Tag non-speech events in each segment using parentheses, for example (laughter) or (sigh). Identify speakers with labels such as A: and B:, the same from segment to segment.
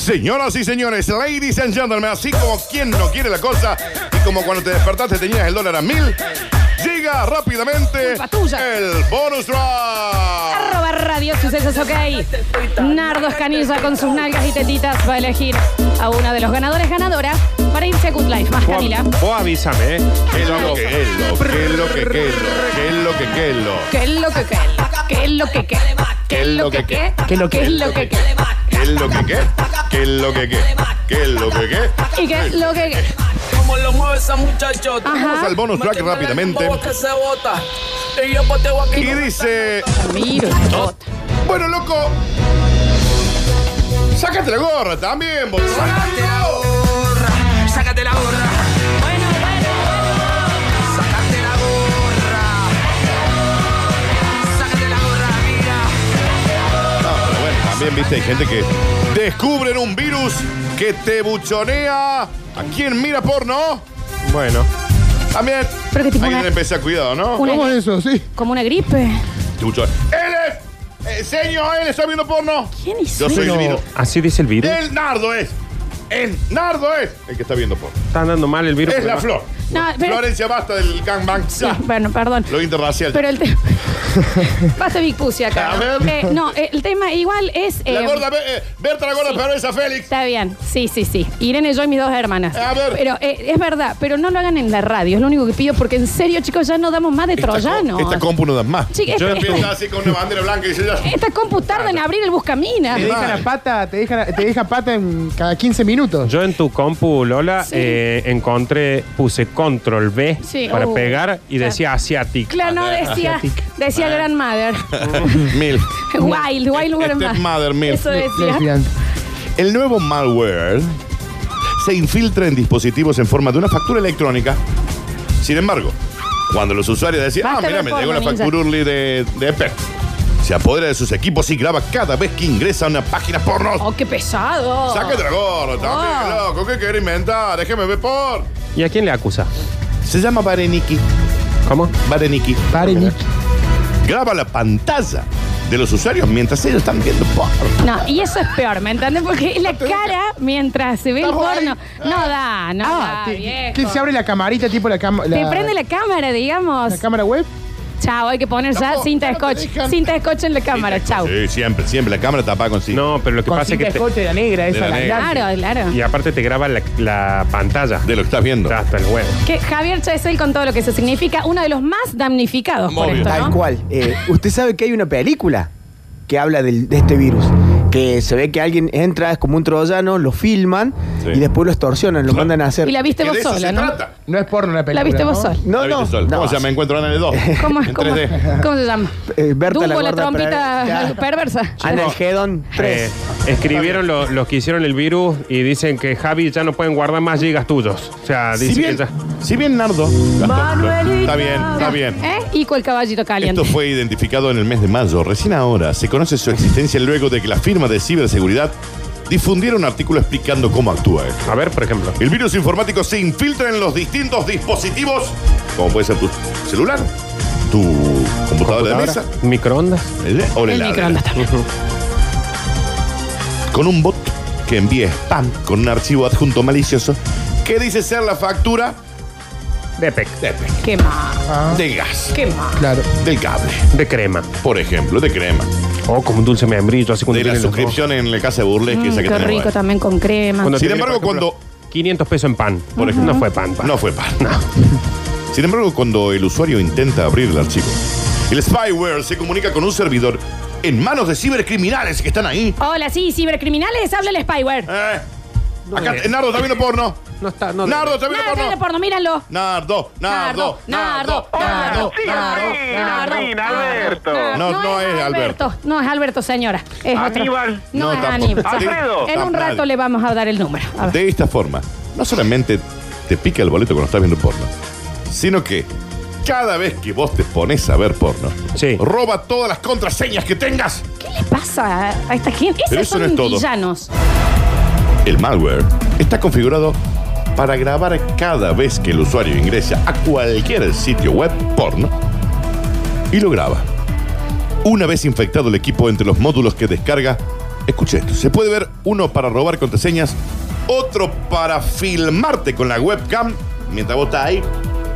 A: Señoras y señores, ladies and gentlemen, así como quien no quiere la cosa y como cuando te despertaste tenías el dólar a mil, llega rápidamente
B: Culpa tuya.
A: el bonus round.
B: Arroba Radio Sucesos OK. Nardo Escanilla con sus nalgas y tetitas va a elegir a una de los ganadores ganadora para irse a Good Life. Más
C: Vos,
B: Camila.
C: vos avísame, ¿eh?
A: ¿Qué es lo que qué es lo qué es lo que qué es lo qué es lo que qué es lo
B: ¿Qué es lo que qué? ¿Qué es lo que qué? ¿Qué es lo que qué?
C: ¿Qué es lo que-
B: ¿Qué es lo que qué?
A: qué es lo que qué qué es lo que qué qué es lo que qué
B: ¿Y qué es lo que qué?
D: Como lo mueve esa muchachota.
A: Vamos
B: Ajá.
A: al bonus track
D: Métele
A: rápidamente
D: como que se bota. Y yo pues poteo aquí.
A: y dice
B: Miro, chota.
A: Bueno, loco. Sácate la gorra también, vos.
D: Sácate la gorra, sácate la gorra. Bueno, bueno, bueno. Sácate la gorra. Sácate la gorra, mira.
A: No, Ah, pero bueno, también, viste, hay gente que descubren un virus que te buchonea. ¿A quién mira porno?
C: Bueno,
A: También.
B: Pero que tipo
A: Hay que
B: una-
A: empezar cuidado, ¿no?
B: Una-
E: ¿Cómo es eso? Sí.
B: Como una gripe.
A: Te buchonea. ¡Él es! eh, señor, él está viendo porno.
B: ¿Quién hizo
A: Yo soy el
C: pero
A: virus.
C: Oh, así dice el virus.
A: El nardo es. El nardo es el que está viendo porno.
C: Está andando mal el virus.
A: Es la flor.
B: No, pero-
A: Florencia basta del gangbang.
B: Sí, bueno, perdón.
A: Lo interracial.
B: Pero el tema. Basta Big Pussy acá.
A: A ver.
B: Eh, no, eh, el tema igual es.
A: La
B: eh,
A: gorda, eh, Berta la gorda,
B: sí.
A: pero esa Félix.
B: Está bien, sí, sí, sí. Irene, yo y mis dos hermanas.
A: A ver.
B: Pero eh, es verdad, pero no lo hagan en la radio, es lo único que pido, porque en serio, chicos, ya no damos más de troyanos.
A: Esta compu no da más.
B: Chica,
A: Yo
B: esta-
A: empiezo Ah, así con una bandera blanca y dice
B: (laughs)
A: ya.
B: Esta compu tarda en abrir el buscamina.
E: Te deja la pata, te deja, te deja pata en cada 15 minutos.
C: Yo en tu compu, Lola,
B: Sí.
C: eh, encontré, puse control B
B: Sí,
C: para
B: uh,
C: pegar y
B: claro.
C: decía asiática.
B: Claro,
E: Ah,
B: no decía,
A: Ah.
B: decía
E: (laughs)
B: Grandmother.
A: Mil.
B: Wild,
A: Este
B: Wild
A: Stepmother, mil.
B: Eso decía. Ah,
E: Lesbian.
A: El nuevo malware se infiltra en dispositivos en forma de una factura electrónica. Sin embargo, cuando los usuarios decían, ah,
B: Basta
A: mira,
B: ver
A: me
B: porno,
A: llegó la
B: ninja".
A: factura Urli de, de Apple", se apodera de sus equipos y graba cada vez que ingresa a una página porno.
B: Oh, qué pesado.
A: Sácate la gorra, también,
B: Oh.
A: qué loco, ¿qué quiere inventar? Déjeme ver por.
C: ¿Y a quién le acusa?
A: Se llama Bareniki.
C: ¿Cómo?
A: Bareniki.
E: Pare, Nick.
A: Graba la pantalla de los usuarios mientras ellos están viendo porno.
B: No, y eso es peor, ¿me entiendes? Porque la cara mientras se ve el
A: Estamos
B: porno. No da, no
E: Ah,
B: da,
E: te-
B: viejo.
E: que se abre la camarita tipo la cámara.
B: Te prende la cámara, digamos.
E: la cámara web.
B: Chao, hay que poner ya
A: Tampoco,
B: cinta de
A: claro,
B: scotch.
A: te dejan-
B: Cinta de scotch en la cámara, chao.
A: Sí, siempre, siempre. La cámara tapada con sí.
C: No, pero lo que
E: Con
C: pasa es
E: cinta
C: que.
E: de
C: te-
E: escote, la negra, esa,
A: la
E: la
A: negra.
E: grande.
B: Claro, claro.
C: y aparte te graba la, la pantalla.
A: De lo que estás viendo.
C: Está hasta el huevo.
B: Que Javier Chesel, con todo lo que eso significa, uno de los más damnificados por
A: Obvio.
B: esto,
F: Tal
B: ¿no?
F: cual. Eh, usted sabe que hay una película que habla del- de este virus. Que se ve que alguien entra, es como un troyano, lo filman
A: Sí.
F: y después lo extorsionan, lo
A: Claro.
F: mandan a hacer.
B: Y la viste
A: Que
B: vos
A: de eso
B: sola,
A: se
B: ¿no?
A: trata.
E: No es porno la película.
B: La viste vos
E: ¿no?
B: sola.
F: No,
A: La viste
F: no.
A: sol.
F: no,
A: ¿Cómo se llama? Encuentro Ana de dos.
B: (laughs) ¿Cómo,
A: (laughs) en
B: cómo,
A: 3D.
B: cómo se llama?
F: Eh, Berta la
B: Dumbo, la,
F: gorda Ah,
B: trompita (laughs)
F: perver- Ya.
B: perversa.
F: Analgedon 3.
C: Eh, escribieron lo- los que hicieron el virus y dicen que Javi ya no pueden guardar más gigas tuyos. O sea,
A: Si
C: dice
A: bien,
C: que ya.
A: si bien Nardo. Está bien, está bien.
B: ¿Eh? Y con el caballito caliente.
A: Esto fue identificado en el mes de mayo. Recién ahora se conoce su existencia luego de que la firma de ciberseguridad difundiera un artículo explicando cómo actúa.
C: A ver, por ejemplo.
A: El virus informático se infiltra en los distintos dispositivos, como puede ser tu celular, tu computadora, de mesa
C: Microondas.
A: el- o la
B: El
A: heladera.
B: microondas también.
A: Con un bot que envíe spam con un archivo adjunto malicioso que dice ser la factura
C: De pec.
A: de,
B: Qué mal,
E: Ah,
A: de gas,
B: qué mal.
E: claro.
A: del cable,
C: De crema.
A: por ejemplo, de crema,
C: O como un dulce membrillo, así cuando
A: de la
C: tienen los dos.
A: suscripción en la casa de burles que
B: Mm,
A: esa que
B: qué
A: tenemos.
B: rico también con crema.
C: Cuando
A: Sin
C: tiene,
A: embargo,
C: por ejemplo, 500 pesos en pan. Por ejemplo, no fue pan. pan.
A: No fue pan. Sin embargo, cuando el usuario intenta abrir el archivo, el spyware se comunica con un servidor en manos de cibercriminales que están ahí.
B: Hola, sí, cibercriminales, habla el spyware.
A: Eh, Acá, eh, Nardo, ¿está viendo porno?
C: No está, no.
A: Nardo, ¿está viendo
B: Nada, dale
A: porno?
B: porno, míralo.
A: Nardo, Nardo, Nardo, Nardo, Nardo.
G: Alberto.
A: No, no es
B: No es Alberto, señora. Es otro.
G: Aníbal.
B: No,
A: No,
B: es
A: tampoco.
B: Aníbal.
G: Alfredo.
B: En un
A: Está
B: rato
A: mal.
B: le vamos a dar el número. A ver.
A: De esta forma, no solamente te pica el boleto cuando estás viendo porno, sino que cada vez que vos te pones a ver porno,
C: Sí.
A: roba todas las contraseñas que tengas.
B: ¿Qué le pasa a esta gente?
A: Pero
B: Esos
A: eso no
B: son
A: es todo.
B: villanos.
A: El malware está configurado para grabar cada vez que el usuario ingresa a cualquier sitio web porno y lo graba. Una vez infectado el equipo entre los módulos que descarga, Escuche esto. Se puede ver uno para robar contraseñas, otro para filmarte con la webcam mientras vos estás ahí.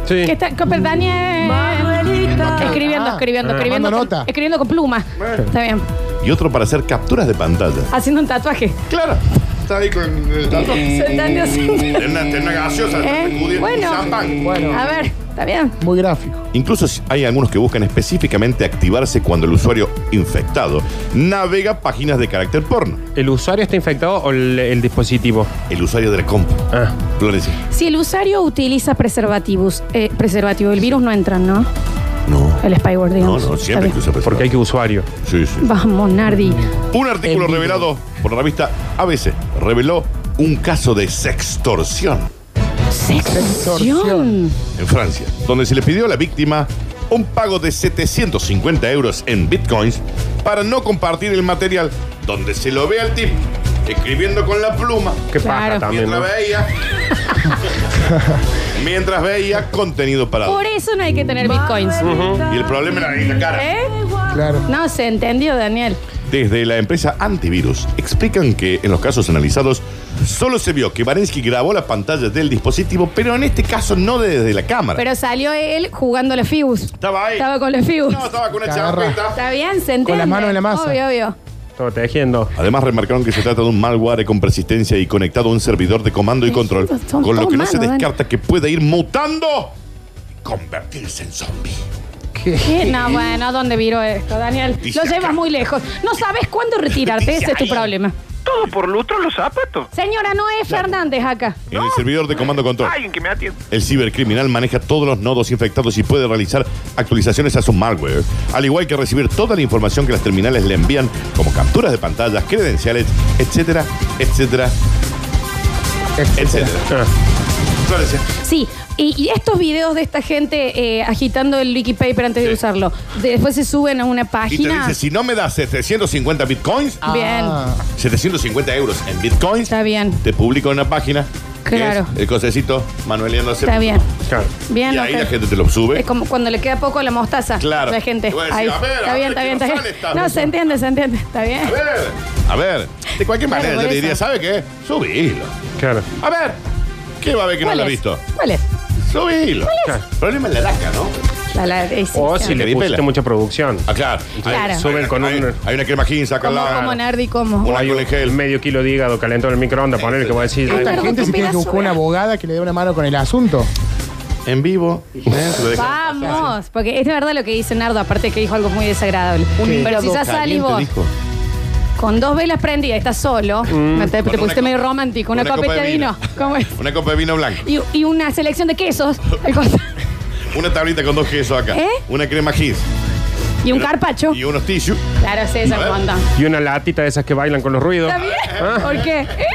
C: Sí.
B: Que está, Copper Daniel. Escribiendo,
E: Ah.
B: escribiendo,
C: Ah.
B: escribiendo. con-
E: Mando nota.
B: Escribiendo con pluma. Está bien.
A: Y otro para hacer capturas de pantalla.
B: Haciendo un tatuaje.
A: Claro. Está ahí con el dato.
B: Sentando así.
A: Ten una, ten una gaseosa,
B: ¿Eh?
A: sacudí el
B: Bueno.
A: champán.
B: A ver, está bien.
E: Muy gráfico.
A: Incluso si- hay algunos que buscan específicamente activarse cuando el usuario infectado navega páginas de carácter porno.
C: ¿El usuario está infectado o el, el dispositivo?
A: El usuario de la compu.
C: Ah.
A: Florencia.
B: Si el usuario utiliza preservativos, eh, preservativo, el virus no entra, ¿no?
A: No.
B: El spyware,
A: No,
B: digamos.
A: no, siempre
B: Está bien.
A: incluso
C: Porque hay que usuario.
A: Sí, sí.
B: Vamos, Nardi.
A: Un artículo
F: En vivo.
A: revelado por la revista ABC reveló un caso de sextorsión
B: Sextorsión.
A: en Francia, donde se le pidió a la víctima un pago de 750 euros en bitcoins para no compartir el material donde se lo ve al tipo escribiendo con la pluma
C: Qué
B: Claro.
C: paja también.
A: mientras
C: ¿no?
A: veía mientras veía contenido parado.
B: Por eso no hay que tener bitcoins.
A: Y el problema era en la cara.
B: ¿Eh?
E: Claro.
B: No, se entendió, Daniel.
A: Desde la empresa Antivirus explican que en los casos analizados solo se vio que Barenski grabó las pantallas del dispositivo, pero en este caso no desde la cámara.
B: Pero salió él jugando los fibus.
A: estaba ahí.
B: Estaba con los fibus.
A: No, estaba con una
E: Te agarra.
A: champeta.
B: Está bien, se entiende.
E: Con las manos en la masa.
B: Obvio, obvio.
C: Estaba tejiendo.
A: Además remarcaron que se trata de un malware con persistencia y conectado a un servidor de comando y control,
B: Son- son
A: con lo
B: todos
A: que no se
B: malos, Dani.
A: descarta que pueda ir mutando y convertirse en zombie.
B: ¿Qué? No, bueno, ¿dónde viró esto, Daniel?
A: Dice
B: lo llevas
A: acá.
B: muy lejos. No sabes cuándo retirarte, ese es tu
A: ahí.
B: problema.
G: Todo por lutro en los zapatos.
B: Señora, no es Fernández acá.
A: En el servidor de comando control.
G: Alguien que me atienda.
A: El cibercriminal maneja todos los nodos infectados y puede realizar actualizaciones a su malware, al igual que recibir toda la información que las terminales le envían, como capturas de pantallas, credenciales, etcétera, etcétera, etcétera.
C: Ah.
A: Florencia.
B: Sí, y, y estos videos de esta gente eh, agitando el wiki paper antes de
A: Sí.
B: usarlo, después se suben a una
A: Y te
B: página.
A: dice, si no me das 750 bitcoins,
B: Bien,
E: Ah.
A: 750 euros en bitcoins,
B: está bien,
A: te publico en una página. que
B: Claro.
A: es el cosecito Manueliano
B: está bien.
C: Claro.
B: Bien,
A: Y
B: lo
A: ahí
B: que-
A: la gente te lo sube.
B: Es como cuando le queda poco a la mostaza.
A: Claro.
B: La gente.
A: Y vos decís,
B: Ahí.
A: a ver,
B: está
A: a ver
B: bien, está
A: qué
B: bien,
A: nos
B: está bien.
A: sale esta
B: No,
A: cosa.
B: se entiende, se entiende. Está bien.
A: A ver, a ver, de cualquier
B: Claro,
A: manera
B: por
A: yo le
B: eso.
A: diría, ¿sabe qué? Subilo.
C: Claro.
A: A ver, ¿qué va a ver que no
B: ¿Cuál
A: lo ha
B: es?
A: visto?
B: ¿Cuál es?
A: Subilo.
C: Claro.
A: El problema es la laca, ¿no?
B: La, la- eh, sí,
C: O
B: claro.
C: si
A: Que
C: le
A: vi
C: pusiste
A: pela.
C: mucha producción.
A: Ah, claro.
B: Claro.
A: Hay-
C: Sube
A: hay-
C: con
A: hay,
C: un-
A: hay una crema gin, saca
B: ¿Cómo, cómo,
A: la.
B: Nardi, cómo?
A: Una
C: Hay
A: con el
C: un
A: gel.
C: medio kilo de hígado calentado en el microondas, ponerle que voy a decir.
B: Ay,
E: Esta
B: Perdón,
E: gente
B: qué
E: se tiene que
B: pedazo,
E: buscar una
B: eh.
E: abogada que le dé una mano con el asunto.
A: En vivo. ¿eh? Se lo deja.
B: Vamos, porque es de verdad lo que dice Nardo, aparte que dijo algo muy desagradable. Pero si ya salís vos
A: Caliente, dijo. Mm.
B: con dos velas prendidas, estás solo, no te, te
A: Con
B: pusiste
A: una
B: medio
A: copa-
B: romántico, una, copeta de vino, (laughs) ¿cómo es?
A: Una copa de vino blanco.
B: Y, y una selección de quesos (laughs) al costado.
A: Una tablita con dos quesos acá.
B: ¿Eh?
A: Una crema gin.
B: y un carpacho.
A: Y unos tissues.
B: Claro, sí, eso
A: A
B: es
A: ver.
B: un montón.
C: Y una latita de esas que bailan con los ruidos. Ah,
B: ¿Está bien? ¿Por qué? ¿Eh?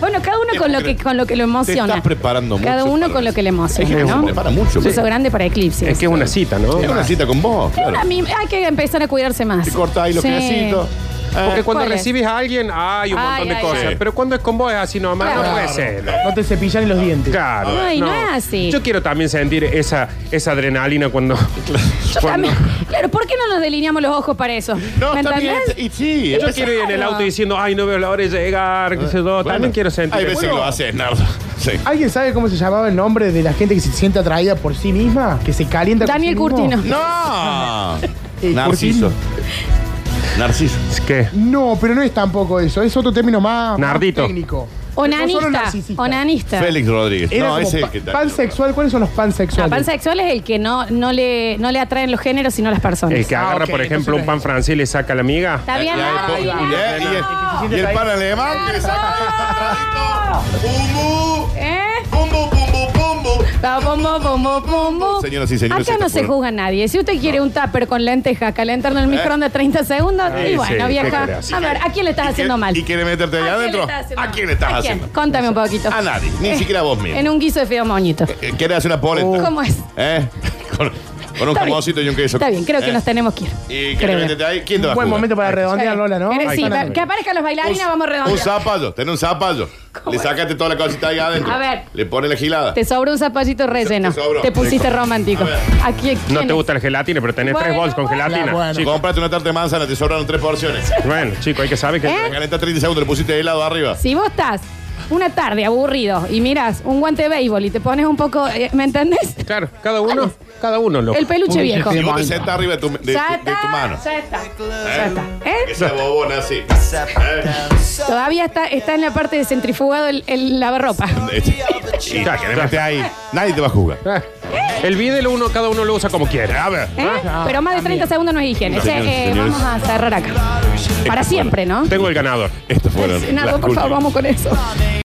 B: Bueno, cada uno con lo que, con lo que lo
A: Ah. Te
B: emociona.
A: estás preparando mucho.
B: Cada uno
A: para-
B: con lo que le
A: Hay gente
B: emociona,
A: que se
B: ¿no?
A: prepara mucho. pues.
B: Yo soy grande para eclipses.
C: Es que es una cita, ¿no?
A: Es una cita con vos, claro.
B: A mí hay que empezar a cuidarse más.
A: Te cortás ahí los
B: Sí.
A: pedacitos.
C: Porque cuando
B: Ah. ¿Cuál es?
C: recibes a alguien, hay un
B: Ay,
C: montón de
B: ay,
C: cosas.
A: ay.
C: Pero cuando es con vos es así nomás,
B: Claro.
C: no puede ser.
E: No te cepillan los dientes.
C: Claro.
B: Ay, no es así.
C: Yo quiero también sentir esa, esa adrenalina cuando.
B: Yo
C: cuando-
B: también. (laughs) Claro, ¿por qué no nos delineamos los ojos para eso?
A: No,
B: ¿Me
A: está bien.
B: entendés?
A: Y sí.
C: Yo quiero ir en el
B: Claro.
C: auto diciendo, ay, no veo la hora de llegar, qué sé yo. También quiero sentir.
A: Hay veces que lo
C: Bueno,
A: haces, Nardo. Sí.
E: ¿Alguien sabe cómo se llamaba el nombre de la gente que se siente atraída por sí misma? Que se calienta
B: Daniel
E: por sí mismo?
B: Curtino.
A: ¡No!
E: Eh,
A: Narciso.
E: Curtino.
A: Narciso.
C: es que.
E: No, pero no es tampoco eso. Es otro término más, más
C: Nardito.
E: técnico. No solo
B: Onanista.
E: narcisista.
B: Onanista.
A: Félix Rodríguez.
E: Era
A: No,
E: como
A: ese es
E: pa-
A: el que
E: pansexual. ¿Cuáles son los
B: No,
E: pansexuales?
B: pansexual es el que no, no, le, no le atraen los géneros, sino las personas.
C: El que
E: Ah,
C: agarra,
E: ok,
C: por ejemplo, un pan francés y le saca a la amiga.
B: Está bien,
A: Y ahí
B: Nardo,
A: po-
B: bien,
A: y- eh,
B: Nardo.
A: y el- Y el pan alemán que le saca el ¡Bum,
B: ¿Eh?
A: bum! ¡Bum, bum, bum, bum, bum!
B: Pa, pum, pum, pum, pum, pum, pum.
A: Señoras y señores,
B: Acá no
A: estas
B: se
A: fueron-
B: juzga a nadie. Si usted quiere un tupper con lenteja, calentarlo en el
A: ¿Eh?
B: microondas 30 segundos,
C: Sí,
B: y bueno,
C: sí, ¿qué
B: vieja.
C: querés?
B: A ver, ¿a quién le estás
A: ¿Y
B: haciendo
A: qué-
B: mal?
A: ¿Y quiere meterte ahí
B: ¿A quién
A: adentro?
B: le estás haciendo
A: ¿A quién le
B: mal?
A: estás
B: ¿A quién?
A: haciendo?
B: Contame un poquito.
A: A nadie, ni siquiera a vos mismo.
B: En un guiso de fideo moñito.
A: Eh, (laughs) ¿Quieres hacer una pole?
B: ¿Cómo es?
A: ¿Eh? Con- Con un
B: Está bien.
A: jamoncito y un queso.
B: Está bien, creo que
A: Eh.
B: nos tenemos que ir.
A: ¿Y qué
B: Creo.
A: te metete ahí? ¿Quién te va a
E: Buen
A: jugar?
E: momento para redondear, Lola, ¿no?
B: Eh, sí,
E: Ahí
B: va-
E: está.
B: que aparezcan los bailarinas, vamos a
A: Un
B: redondear.
A: zapallo, tenés un zapallo. Le sacaste toda la cosita ahí adentro.
B: A ver.
A: Le pone la gilada.
B: Te sobró un zapallito relleno.
A: Te sobró.
B: Te pusiste
A: Rico.
B: romántico.
A: A ver.
B: Aquí,
C: No te gusta la gelatina, pero tenés
B: Bueno,
C: tres bols con
B: bueno.
C: gelatina.
E: Bueno.
C: Chico,
A: Comprate una tarta de manzana, te sobraron tres porciones.
C: bueno, chico, hay que saber que.
B: ¿Eh?
A: Calenta 30 segundos, le pusiste helado arriba.
B: Si vos estás una tarde aburrido y miras un guante de béisbol y te pones un poco, eh, ¿me entendés?
C: Claro, cada uno, cada uno lo.
B: El peluche viejo.
A: Y vos te sentás arriba de tu, de, tu- de
B: ya
A: tu mano.
B: está, ya está, ya está. ¿Eh?
A: Esa bobona así. Eh.
B: Todavía está, está en la parte de centrifugado el, el lavarropa.
A: Eh, Y ya, que le metes ahí. Nadie te va a jugar.
C: Ah. El vídeo uno, cada uno lo usa como quiere. A ver. ¿ah?
B: ¿Eh? Pero más de 30 segundos no es higiene.
A: No,
B: Che,
A: ah, señores,
B: eh,
A: señores.
B: vamos a cerrar acá. Para siempre, ¿no?
C: Tengo el ganador.
A: Estas fueron.
B: Nardo,
A: las
B: por
A: últimas.
B: favor, vamos con eso.